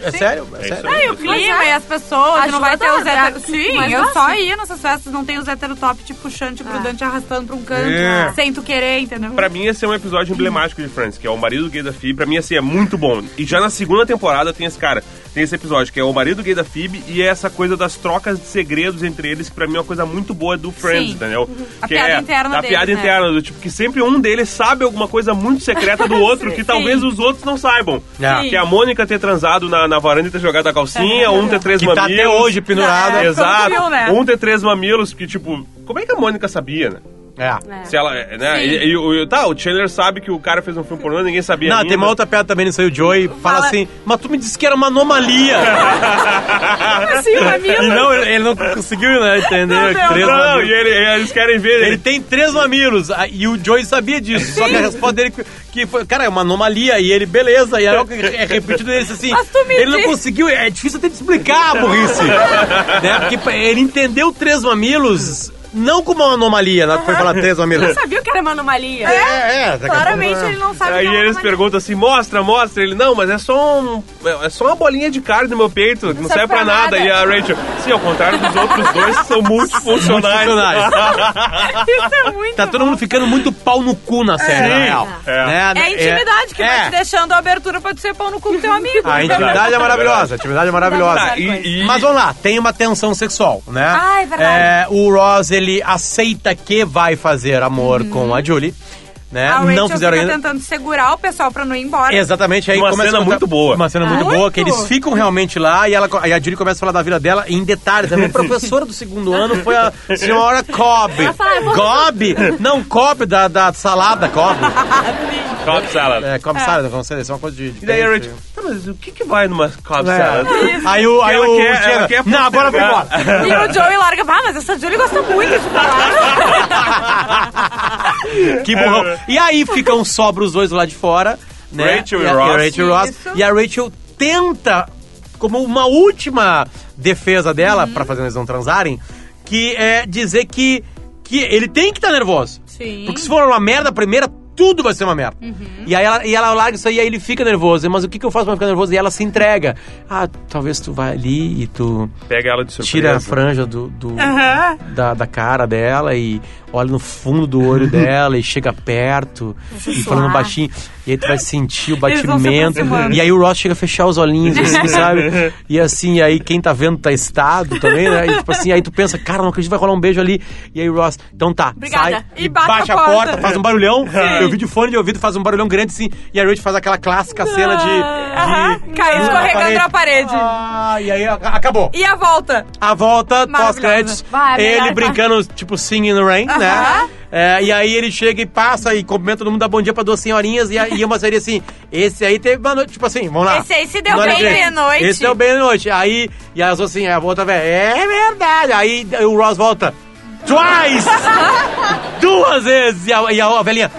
Speaker 3: É sério? É,
Speaker 4: isso
Speaker 3: sério?
Speaker 4: aí.
Speaker 1: E o clima e as pessoas, não vai né? ter
Speaker 2: Ajuda
Speaker 1: os héteros.
Speaker 2: a-
Speaker 1: Sim,
Speaker 2: mas
Speaker 1: eu
Speaker 2: nossa.
Speaker 1: só ia nessas festas, não tem os tipo, héteros top te puxando, te grudando, te arrastando pra um canto,
Speaker 3: É.
Speaker 1: sem tu querer, entendeu?
Speaker 4: Pra mim, esse é um episódio emblemático de Friends, que é o marido gay da Phoebe. Pra mim, assim, é muito bom. E já na segunda temporada tem esse cara, tem esse episódio, que é o marido gay da Phoebe e é essa coisa das trocas de segredos entre eles, que pra mim é uma coisa muito boa do Friends,
Speaker 1: Sim. Uhum.
Speaker 4: entendeu?
Speaker 1: A
Speaker 4: que
Speaker 1: piada
Speaker 4: é
Speaker 1: interna
Speaker 4: A
Speaker 1: deles,
Speaker 4: piada
Speaker 1: né?
Speaker 4: interna, do tipo, que sempre um deles sabe alguma coisa muito secreta do outro, que talvez os outros não saibam.
Speaker 3: É.
Speaker 1: Sim.
Speaker 4: Que é a Mônica ter transado na, na varanda e ter jogado a calcinha, um ter três
Speaker 3: Que tá
Speaker 4: mamilos.
Speaker 3: até hoje pendurada.
Speaker 1: É,
Speaker 4: Exato.
Speaker 1: como tu viu, né?
Speaker 4: Um ter três mamilos, que tipo, como é que a Mônica sabia, né?
Speaker 3: É.
Speaker 2: É.
Speaker 4: Se ela, né?
Speaker 1: Sim.
Speaker 4: E, e o- tá, o Chandler sabe que o cara fez um filme pornô, ninguém sabia
Speaker 3: Não,
Speaker 4: ainda.
Speaker 3: tem uma outra piada também nisso aí, o Joey fala,
Speaker 1: Fala-
Speaker 3: assim, mas tu me disse que era uma anomalia.
Speaker 1: Sim, assim? pra mim,
Speaker 3: e não, ele, ele não conseguiu, né, entender.
Speaker 1: Não deu,
Speaker 3: três
Speaker 4: Não,
Speaker 3: mamilos.
Speaker 4: e ele- e eles querem ver.
Speaker 3: Ele
Speaker 4: Ele,
Speaker 3: tem três mamilos, a- e o Joey sabia disso, só que a resposta dele que- que foi, cara, é uma anomalia, e ele, beleza, e aí é repetido ele disse assim,
Speaker 1: Mas tu me
Speaker 3: ele não
Speaker 1: disse.
Speaker 3: conseguiu, é difícil até de explicar a burrice, né, porque pa- ele entendeu três mamilos, não como uma anomalia, na hora que foi falar três mamilos.
Speaker 2: Sabia que era uma anomalia?
Speaker 3: É, é,
Speaker 1: claramente ele não sabe.
Speaker 4: aí
Speaker 1: que é uma
Speaker 4: eles
Speaker 1: anomalia.
Speaker 4: perguntam assim: mostra, mostra. Ele, não, mas é só um. É é só uma bolinha de carne no meu peito, não, serve pra nada. E a Rachel, sim, ao contrário dos outros dois, que são multifuncionais.
Speaker 3: Multifuncionais.
Speaker 1: Isso é muito
Speaker 3: Tá todo mundo ficando muito pau no cu na série, na real.
Speaker 4: É.
Speaker 3: Né?
Speaker 1: É a intimidade que vai
Speaker 3: é.
Speaker 1: te deixando a abertura pra tu ser pau no cu do teu amigo.
Speaker 3: A intimidade é maravilhosa, a intimidade é maravilhosa.
Speaker 4: Tá, e, e-
Speaker 3: Mas vamos lá, tem uma tensão sexual, né?
Speaker 2: Ah, é verdade.
Speaker 3: É, o Ross, ele aceita que vai fazer amor com a Julie, né?
Speaker 1: Hum. A Rachel
Speaker 3: não fizeram
Speaker 1: fica
Speaker 3: ainda.
Speaker 1: tentando segurar o pessoal pra não ir embora.
Speaker 3: Exatamente, aí
Speaker 4: Uma
Speaker 3: começa
Speaker 4: cena
Speaker 3: a contar-
Speaker 4: muito boa.
Speaker 3: Uma cena
Speaker 2: Ah,
Speaker 3: muito,
Speaker 1: Muito.
Speaker 3: boa, que eles ficam realmente lá e, ela, co- e a Julie começa a falar da vida dela em detalhes. A minha professora do segundo ano foi a senhora Cobb.
Speaker 2: fala, "Eu vou-
Speaker 3: Cobb? Não, Cobb da, da salada, Cobb.
Speaker 4: Cobb salad.
Speaker 3: É, Cobb salada, não sei, isso é uma coisa de... de
Speaker 4: E daí a
Speaker 3: dente.
Speaker 4: Rachel, tá, mas o que que vai numa Cobb salad?
Speaker 3: É. Aí o. Aí
Speaker 4: Ela
Speaker 3: o
Speaker 4: quer-
Speaker 3: Tiago,
Speaker 4: ela quer
Speaker 3: não, bora pra
Speaker 4: postergar.
Speaker 3: embora.
Speaker 1: E o Joey larga, ah, mas essa Julie gosta muito de falar.
Speaker 3: Que burrão. E aí ficam sobra os dois lá de fora, né?
Speaker 4: É. Rachel e
Speaker 3: a-
Speaker 4: Ross.
Speaker 3: a Rachel Ross.
Speaker 1: Isso.
Speaker 3: E a Rachel tenta, como uma última defesa dela,
Speaker 1: Uhum.
Speaker 3: pra fazer eles não transarem, que é dizer que, que ele tem que estar nervoso.
Speaker 1: Sim. Uhum.
Speaker 3: Porque se for uma merda a primeira, tudo vai ser uma merda. E aí ela, e ela larga isso aí, e aí ele fica nervoso. Mas o que, que eu faço pra ficar nervoso? E ela se entrega. Ah, talvez tu vá ali e tu
Speaker 4: Pega ela de surpresa.
Speaker 3: tira a franja do, do- da, da cara dela e olha no fundo do olho dela e chega perto e falando baixinho. E aí tu vai sentir o
Speaker 1: Eles vão se
Speaker 3: batimento.
Speaker 1: aproximando.
Speaker 3: E aí o Ross chega a fechar os olhinhos, assim, sabe? E assim, aí quem tá vendo tá estado também, né? E, tipo assim, aí tu pensa, cara, não acredito, vai rolar um beijo ali. E aí o Ross, então tá,
Speaker 1: Obrigada.
Speaker 3: sai
Speaker 1: E bate a
Speaker 3: a porta.
Speaker 1: porta,
Speaker 3: faz um barulhão. E ouvido, de fone de ouvido, faz um barulhão grande assim, e a Rachel faz aquela clássica cena de.
Speaker 1: Ah, Aham,
Speaker 3: de
Speaker 1: caiu
Speaker 3: de-
Speaker 1: escorregando na parede.
Speaker 3: Ah, e aí a- acabou.
Speaker 1: E a volta?
Speaker 3: A volta,
Speaker 1: Maravilhosa. tá.
Speaker 3: pós-créditos,
Speaker 2: Vai,
Speaker 3: ele
Speaker 2: melhor.
Speaker 3: brincando, tipo, singing in the rain, né?
Speaker 1: Aham.
Speaker 3: É, e aí ele chega e passa e cumprimenta todo mundo, dá bom dia pra duas senhorinhas e, aí- e uma seria assim, esse aí teve uma noite, tipo assim, vamos lá.
Speaker 1: Esse aí se deu
Speaker 3: Não era
Speaker 1: bem
Speaker 3: gente.
Speaker 1: de noite.
Speaker 3: Esse deu bem de noite. Aí, e as outras assim, a outra velha, é verdade. Aí o Ross volta, twice! duas vezes! E a, e a velhinha,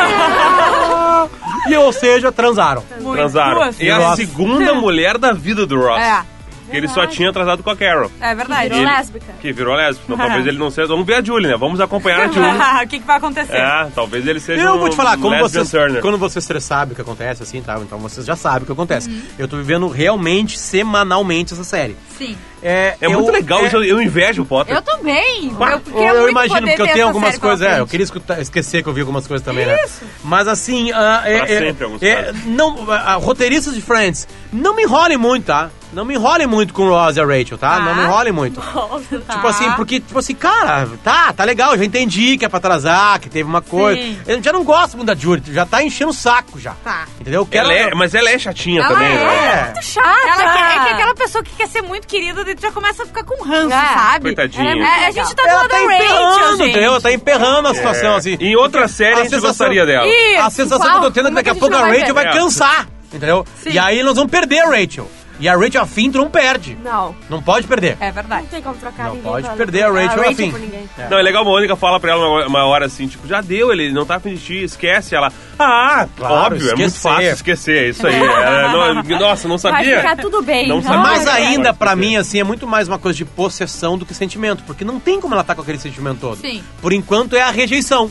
Speaker 3: "Ah." E, ou seja, transaram.
Speaker 1: Muito.
Speaker 4: Transaram.
Speaker 1: Duas.
Speaker 4: E a
Speaker 3: Ross.
Speaker 4: segunda mulher da vida do Ross.
Speaker 1: É,
Speaker 4: Que ele só tinha atrasado com a Carol.
Speaker 1: é verdade.
Speaker 2: Virou lésbica.
Speaker 4: Que virou lésbica. Então talvez ele não seja. Vamos ver a Julie, né? Vamos
Speaker 3: Ah,
Speaker 4: acompanhar a Julie.
Speaker 1: o que, que vai acontecer?
Speaker 4: É, talvez ele seja.
Speaker 3: Eu vou te falar,
Speaker 4: um
Speaker 3: como
Speaker 4: lesbian
Speaker 3: vocês,
Speaker 4: Turner.
Speaker 3: quando vocês três sabem o que acontece, assim, tá? Então vocês já sabem o que acontece. Eu tô vivendo realmente, semanalmente, essa série.
Speaker 1: Sim.
Speaker 3: É,
Speaker 4: É muito
Speaker 3: eu-
Speaker 4: legal,
Speaker 3: é-
Speaker 4: isso, eu invejo o Potter.
Speaker 2: Eu também. Eu
Speaker 1: queria
Speaker 3: eu
Speaker 1: é muito
Speaker 3: imagino,
Speaker 1: poder
Speaker 3: porque eu
Speaker 1: ter
Speaker 3: tenho
Speaker 1: essa
Speaker 3: algumas
Speaker 1: série pela
Speaker 3: coisas. É, eu
Speaker 1: frente.
Speaker 3: queria escutar- esquecer que eu vi algumas coisas também, né? Mas assim, ah, é,
Speaker 4: Pra
Speaker 3: é-
Speaker 4: sempre, alguns
Speaker 3: é,
Speaker 4: casos.
Speaker 3: não, ah, ah, roteiristas de Friends, não me enrolem muito, tá? Não me enrolem muito com o Ross e a Rachel, tá?
Speaker 1: Ah.
Speaker 3: Não me enrolem muito. Tipo
Speaker 2: tá.
Speaker 3: assim, porque, tipo assim, cara, tá, tá legal, já entendi que é pra atrasar, que teve uma coisa.
Speaker 1: Sim.
Speaker 3: Eu já não gosto muito da Julie, já tá enchendo o saco já.
Speaker 1: Tá.
Speaker 3: Entendeu? Eu quero-
Speaker 4: Ela é, mas ela é chatinha
Speaker 1: Ela
Speaker 4: também,
Speaker 1: é,
Speaker 4: né?
Speaker 1: ela é muito chata. Ela quer, é que
Speaker 2: Ah.
Speaker 1: aquela pessoa que quer ser muito querida, daí tu já começa a ficar com ranço,
Speaker 2: É.
Speaker 1: sabe?
Speaker 4: Coitadinha.
Speaker 1: É, a gente tá do
Speaker 3: Ela
Speaker 1: lado
Speaker 3: tá
Speaker 1: da Rachel,
Speaker 3: emperrando,
Speaker 1: gente.
Speaker 3: entendeu? Ela tá emperrando a situação, assim.
Speaker 4: É. Em outra série a, gente
Speaker 3: sensação-
Speaker 4: gostaria dela.
Speaker 1: Isso,
Speaker 3: a sensação
Speaker 2: qual?
Speaker 3: que eu tô tendo é que
Speaker 2: Como é
Speaker 3: daqui
Speaker 2: que
Speaker 3: a
Speaker 2: a gente
Speaker 3: pouco a
Speaker 2: não vai
Speaker 3: Rachel
Speaker 2: ver?
Speaker 3: vai
Speaker 4: É.
Speaker 3: cansar, entendeu?
Speaker 1: Sim.
Speaker 3: E aí nós vamos perder a Rachel. E a Rachel Afin tu não perde.
Speaker 2: Não.
Speaker 3: Não pode perder.
Speaker 1: É
Speaker 2: Não
Speaker 1: verdade.
Speaker 2: tem como trocar
Speaker 3: Não
Speaker 2: ninguém.
Speaker 3: pode
Speaker 2: pela-
Speaker 3: perder a Rachel Raffin.
Speaker 2: por ninguém.
Speaker 4: Não, é legal, a Mônica fala pra ela uma, uma hora assim, tipo, já deu, ele não tá afim de ti, esquece. Ela, ah,
Speaker 3: Claro,
Speaker 4: óbvio, é muito
Speaker 3: esquecer.
Speaker 4: fácil esquecer, é isso aí. Ela, não, é, nossa, não
Speaker 2: Vai
Speaker 4: sabia.
Speaker 2: ficar tudo bem. né?
Speaker 4: Não
Speaker 2: Não
Speaker 4: sabia.
Speaker 3: Mas
Speaker 4: Olha.
Speaker 3: ainda, pra
Speaker 4: Pode
Speaker 3: mim, assim, é muito mais uma coisa de possessão do que sentimento. Porque não tem como ela tá com aquele sentimento todo.
Speaker 1: Sim.
Speaker 3: Por enquanto é a rejeição.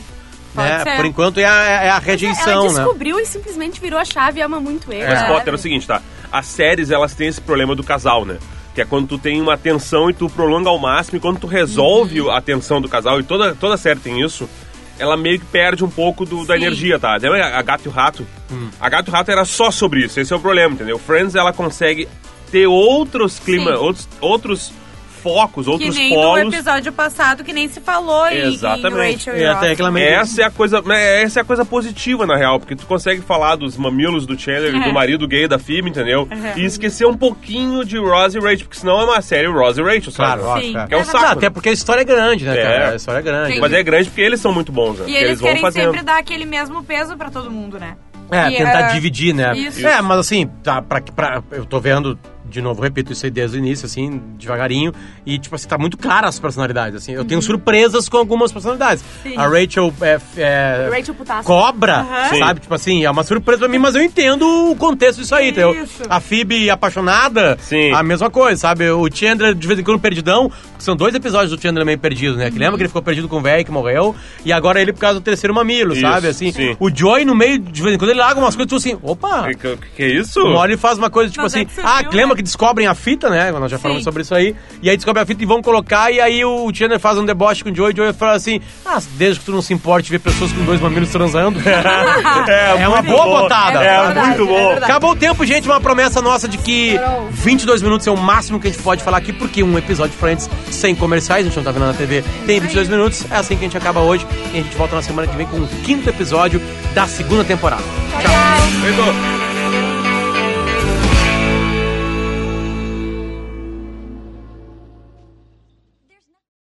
Speaker 1: Pode
Speaker 3: né?
Speaker 1: ser.
Speaker 3: Por enquanto é a, é a
Speaker 2: ela
Speaker 3: rejeição, né?
Speaker 2: descobriu e simplesmente virou a chave e ama muito ele.
Speaker 4: Mas
Speaker 2: sabe?
Speaker 4: Potter é o seguinte, tá? As séries, elas têm esse problema do casal, né? Que é quando tu tem uma tensão e tu prolonga ao máximo, e quando tu resolve
Speaker 1: Uhum.
Speaker 4: a tensão do casal, e toda, toda série tem isso, ela meio que perde um pouco do- da
Speaker 1: Sim.
Speaker 4: energia, tá? Lembra a Gato e o Rato? A Gato e o Rato era só sobre isso, esse é o problema, entendeu? Friends, ela consegue ter outros clima,
Speaker 1: Sim.
Speaker 4: outros, outros
Speaker 3: É,
Speaker 4: focos,
Speaker 1: Que
Speaker 4: outros
Speaker 1: nem no
Speaker 4: polos.
Speaker 1: episódio passado, que nem se falou em, em
Speaker 4: Exatamente.
Speaker 1: Rachel e
Speaker 3: É, até
Speaker 1: Ross.
Speaker 3: reclamei.
Speaker 4: Essa é, a coisa, né, essa é a coisa positiva, na real, porque tu consegue falar dos mamilos do Chandler
Speaker 1: É.
Speaker 4: e do marido gay da Phoebe, entendeu?
Speaker 1: Uhum.
Speaker 4: E esquecer um pouquinho de Ross e Rachel, porque senão é uma série Ross e Rachel, sabe?
Speaker 3: Claro, ó,
Speaker 1: Sim.
Speaker 3: cara.
Speaker 4: Que é um saco,
Speaker 3: Não, Até
Speaker 4: né?
Speaker 3: porque a história é grande, né,
Speaker 4: É.
Speaker 3: cara? A história é grande.
Speaker 1: Sim.
Speaker 4: Mas é grande porque eles são muito bons, né?
Speaker 1: E
Speaker 4: Porque
Speaker 1: eles,
Speaker 4: vão
Speaker 1: querem
Speaker 4: fazendo.
Speaker 1: sempre dar aquele mesmo peso pra todo mundo, né?
Speaker 3: É,
Speaker 1: E,
Speaker 3: tentar
Speaker 1: é,
Speaker 3: dividir, né?
Speaker 1: isso.
Speaker 3: É, mas assim, tá, pra, pra, eu tô vendo, de novo, repito isso aí desde o início, assim, devagarinho. E, tipo assim, tá muito claro as personalidades, assim. Eu tenho surpresas com algumas personalidades.
Speaker 1: Sim.
Speaker 3: A Rachel é... é-
Speaker 2: Rachel Putaça.
Speaker 3: Cobra,
Speaker 4: Sim.
Speaker 3: sabe? Tipo assim, é uma surpresa pra mim, mas eu entendo o contexto disso aí, entendeu?
Speaker 1: Isso.
Speaker 3: A Phoebe apaixonada,
Speaker 4: Sim.
Speaker 3: a mesma coisa, sabe? O Chandler, de vez em quando, perdidão, porque são dois episódios do Chandler meio perdido, né? Que lembra que ele ficou perdido com o velho que morreu, e agora ele por causa do terceiro mamilo,
Speaker 4: Isso,
Speaker 3: sabe? Assim,
Speaker 4: sim.
Speaker 3: o Joey, no meio, de vez em quando, ele larga umas coisas, tipo assim, opa...
Speaker 4: Que- Que, que isso?
Speaker 3: Uma hora ele faz uma coisa tipo
Speaker 1: Mas é
Speaker 3: assim,
Speaker 1: que você
Speaker 3: ah,
Speaker 1: viu, né?
Speaker 3: lembra que descobrem a fita, né? Nós já falamos
Speaker 1: Sim.
Speaker 3: sobre isso aí. E aí descobrem a fita e vão colocar, e aí o Chandler faz um deboche com o Joey, e o Joey fala assim, ah, desde que tu não se importe de ver pessoas com dois mamilos transando.
Speaker 1: Ah.
Speaker 4: É,
Speaker 3: uma
Speaker 4: muito
Speaker 3: boa
Speaker 4: bom.
Speaker 3: botada.
Speaker 4: É,
Speaker 1: É verdade,
Speaker 4: muito
Speaker 1: é
Speaker 4: bom.
Speaker 1: verdade.
Speaker 3: Acabou o tempo, gente, uma promessa nossa de que 22 minutos é o máximo que a gente pode falar aqui, porque um episódio de Friends sem comerciais, a gente não tá vendo na TV, tem 22 minutos, é assim que a gente acaba hoje, e a gente volta na semana que vem com o quinto episódio da segunda temporada.
Speaker 4: Feito.